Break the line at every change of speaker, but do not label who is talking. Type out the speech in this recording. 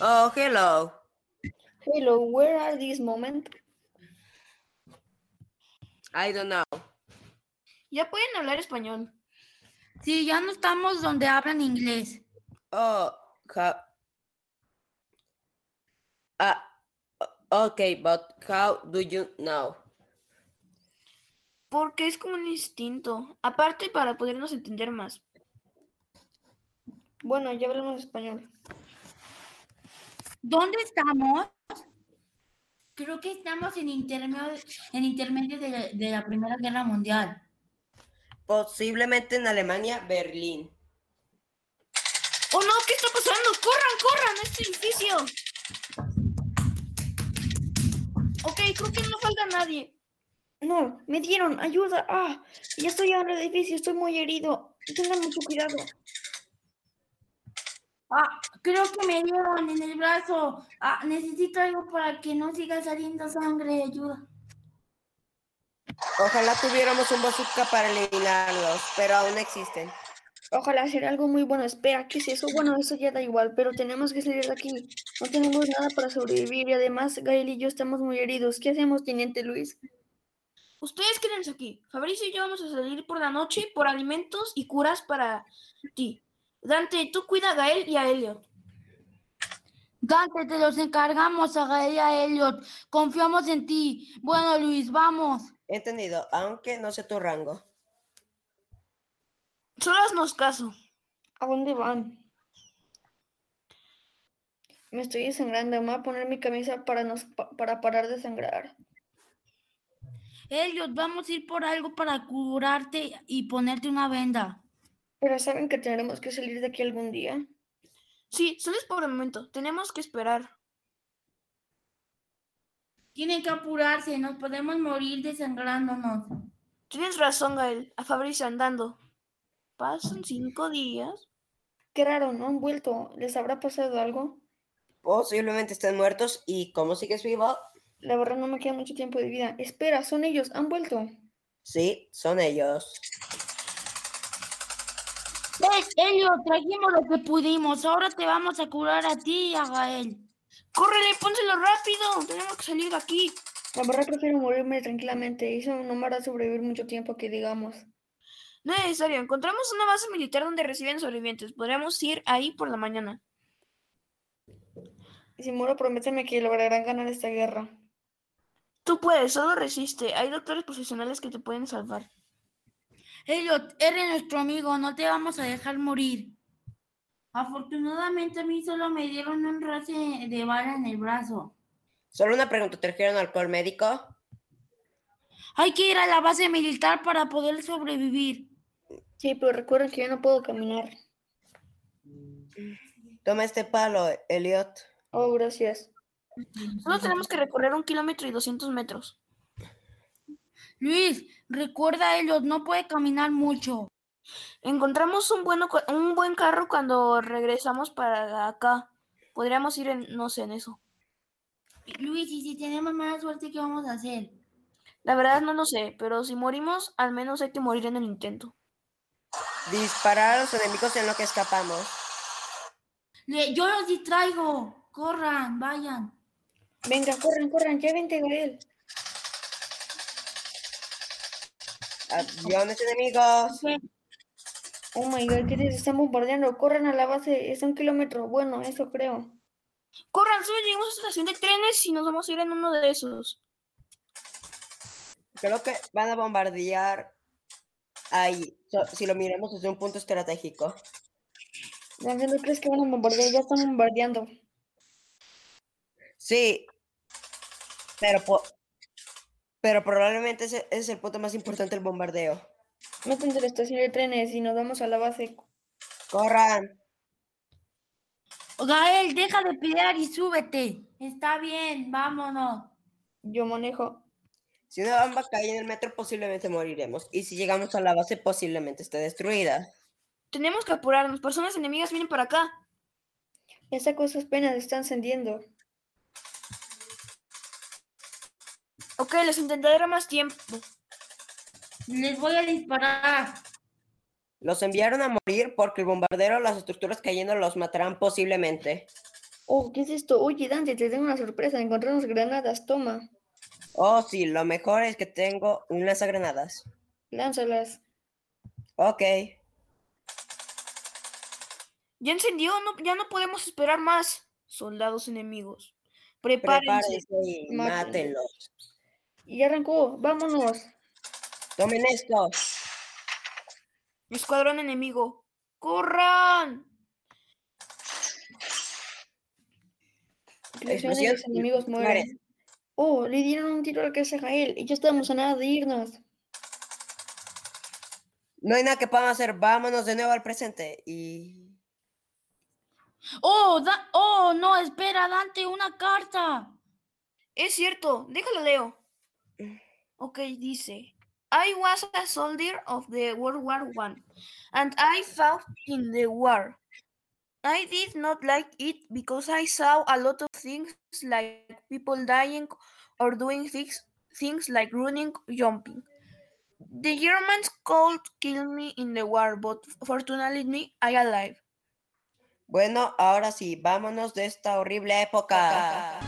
Oh, hello.
Hello, where are these moment?
I don't know.
Ya pueden hablar español.
Sí, ya no estamos donde hablan inglés.
Oh, how? Ah, okay, but how do you know?
Porque es como un instinto. Aparte, para podernos entender más.
Bueno, ya hablamos español.
¿Dónde estamos? Creo que estamos en intermedio, en intermedio de, de la Primera Guerra Mundial.
Posiblemente en Alemania, Berlín.
¡Oh no! ¿Qué está pasando? ¡Corran, corran! ¡Este edificio! Ok, creo que no falta nadie.
No, me dieron ayuda. Ah, ya estoy en el edificio, estoy muy herido. Tengan mucho cuidado.
Ah, creo que me dieron en el brazo. Ah, necesito algo para que no siga saliendo sangre. Ayuda.
Ojalá tuviéramos un bazooka para eliminarlos, pero aún existen.
Ojalá será algo muy bueno. Espera, ¿qué es eso? Bueno, eso ya da igual, pero tenemos que salir de aquí. No tenemos nada para sobrevivir y además Gael y yo estamos muy heridos. ¿Qué hacemos, Teniente Luis?
Ustedes quédense aquí. Fabricio y yo vamos a salir por la noche por alimentos y curas para ti. Dante, tú cuida a Gael y a Elliot.
Dante, te los encargamos a Gael y a Elliot. Confiamos en ti. Bueno, Luis, vamos.
Entendido, aunque no sé tu rango.
Solo haznos caso.
¿A dónde van? Me estoy desangrando. Me voy a poner mi camisa para, nos, pa- para parar de sangrar.
Elliot, vamos a ir por algo para curarte y ponerte una venda.
Pero saben que tendremos que salir de aquí algún día.
Sí, solo es por el momento. Tenemos que esperar.
Tienen que apurarse, nos podemos morir desangrándonos.
Tienes razón, Gael. A Fabricio andando. Pasan cinco días.
Qué raro, no han vuelto. ¿Les habrá pasado algo?
Posiblemente estén muertos y como sigues vivo,
La verdad no me queda mucho tiempo de vida. Espera, son ellos, han vuelto.
sí, son ellos.
Ves, Elliot, trajimos lo que pudimos. Ahora te vamos a curar a ti y a Gael.
¡Córrele, pónselo rápido! Tenemos que salir de aquí.
La verdad prefiero morirme tranquilamente. Eso no me hará sobrevivir mucho tiempo que digamos.
No es necesario. Encontramos una base militar donde reciben sobrevivientes. Podríamos ir ahí por la mañana.
Si muero, prométeme que lograrán ganar esta guerra.
Tú puedes, solo resiste. Hay doctores profesionales que te pueden salvar.
Elliot, eres nuestro amigo, no te vamos a dejar morir. Afortunadamente a mí solo me dieron un race de bala en el brazo.
Solo una pregunta, ¿trajeron alcohol médico?
Hay que ir a la base militar para poder sobrevivir.
Sí, pero recuerden que yo no puedo caminar.
Toma este palo, Elliot.
Oh, gracias.
Solo tenemos que recorrer un kilómetro y 200 metros.
Luis, recuerda, Elliot, no puede caminar mucho.
Encontramos un, bueno, cu- un buen carro cuando regresamos para acá. Podríamos ir en, no sé, en eso.
Luis, y si tenemos mala suerte, ¿qué vamos a hacer?
La verdad no lo sé, pero si morimos, al menos hay que morir en el intento.
Disparar a los enemigos en lo que escapamos.
Le- yo los distraigo. Corran, vayan.
Venga, corran, corran, ya vente, Gael.
Aviones enemigos.
Oh my god, ¿qué les están bombardeando? Corran a la base, es a un kilómetro. Bueno, eso creo.
Corran, solo llegamos a la estación de trenes y nos vamos a ir en uno de esos.
Creo que van a bombardear ahí, so- si lo miramos desde un punto estratégico.
Dante, ¿no crees que van a bombardear? Ya están bombardeando.
Sí, pero, po- pero probablemente ese, ese es el punto más importante del bombardeo.
Métanse a la estación de trenes y nos vamos a la base.
Corran.
Gael, deja de pelear y súbete. Está bien, vámonos.
Yo manejo.
Si una bomba cae en el metro, posiblemente moriremos. Y si llegamos a la base, posiblemente esté destruida.
Tenemos que apurarnos. Personas enemigas vienen para acá.
Esa cosa apenas está encendiendo.
Ok, les intenté dar más tiempo.
Les voy a disparar.
Los enviaron a morir porque el bombardero, las estructuras cayendo los matarán posiblemente.
Oh, ¿qué es esto? Oye, Dante, te tengo una sorpresa. Encontramos granadas. Toma,
Oh, sí, lo mejor es que tengo un lanzagranadas.
lánzalas.
Ok.
Ya encendió, no, ya no podemos esperar más. Soldados enemigos. Prepárense.
Prepárense y
Mátenlos.
mátenlos.
Y ya arrancó. Vámonos.
Tomen esto.
Escuadrón enemigo. ¡Corran!
Explosiones
Explosión-
los enemigos
mueren.
mueren. Oh, le dieron un tiro a la casa a Jael y ya estamos a nada de irnos.
No hay nada que podamos hacer. Vámonos de nuevo al presente. Y.
Oh, Da- oh, no, espera, Dante, una carta.
Es cierto, déjalo leo. Ok, dice. I was a soldier of the World War One, and I fought in the war. I did not like it because I saw a lot of things like people dying or doing things, things like running, jumping. The Germans could kill me in the war, but fortunately I alive.
Bueno, ahora sí, vámonos de esta horrible época.